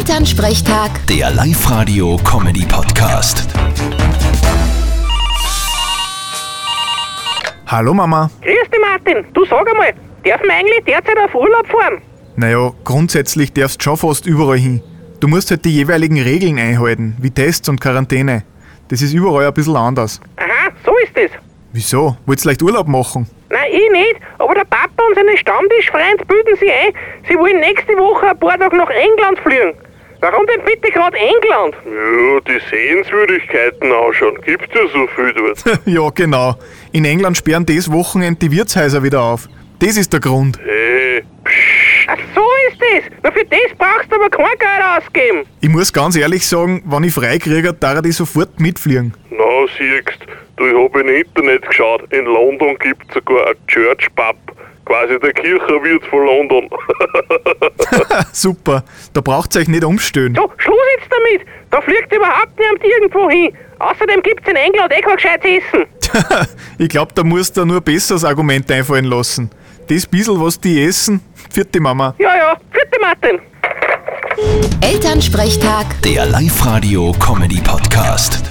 Elternsprechtag, Der Live-Radio-Comedy-Podcast. Hallo Mama. Grüß dich, Martin. Du sag einmal, dürfen wir eigentlich derzeit auf Urlaub fahren? Naja, grundsätzlich darfst du schon fast überall hin. Du musst halt die jeweiligen Regeln einhalten, wie Tests und Quarantäne. Das ist überall ein bisschen anders. Aha, so ist es. Wieso? Wollt's leicht Urlaub machen? Nein, ich nicht, aber der Papa und seine Stammtischfreunde bilden sie ein, sie wollen nächste Woche ein paar Tage nach England fliegen. Warum denn bitte gerade England? Ja, die Sehenswürdigkeiten anschauen, gibt's ja so viel dort. ja, genau. In England sperren des Wochenende die Wirtshäuser wieder auf. Das ist der Grund. Hey, Ach, so ist es. Na, für das brauchst du aber kein Geld ausgeben. Ich muss ganz ehrlich sagen, wenn ich freikriege, darf ich sofort mitfliegen. na siehst du, ich hab im Internet geschaut, in London gibt's sogar ein Church Pub, quasi der Kirchenwirt von London. Super, da braucht's euch nicht umstellen. So, Schluss jetzt damit. Da fliegt überhaupt niemand irgendwo hin. Außerdem gibt's in England eh kein gescheites Essen. ich glaub, da musst du nur ein besseres Argument einfallen lassen. Das bissel, was die essen, vierte Mama. Ja, ja, vierte Martin. Elternsprechtag. Der Live-Radio-Comedy-Podcast.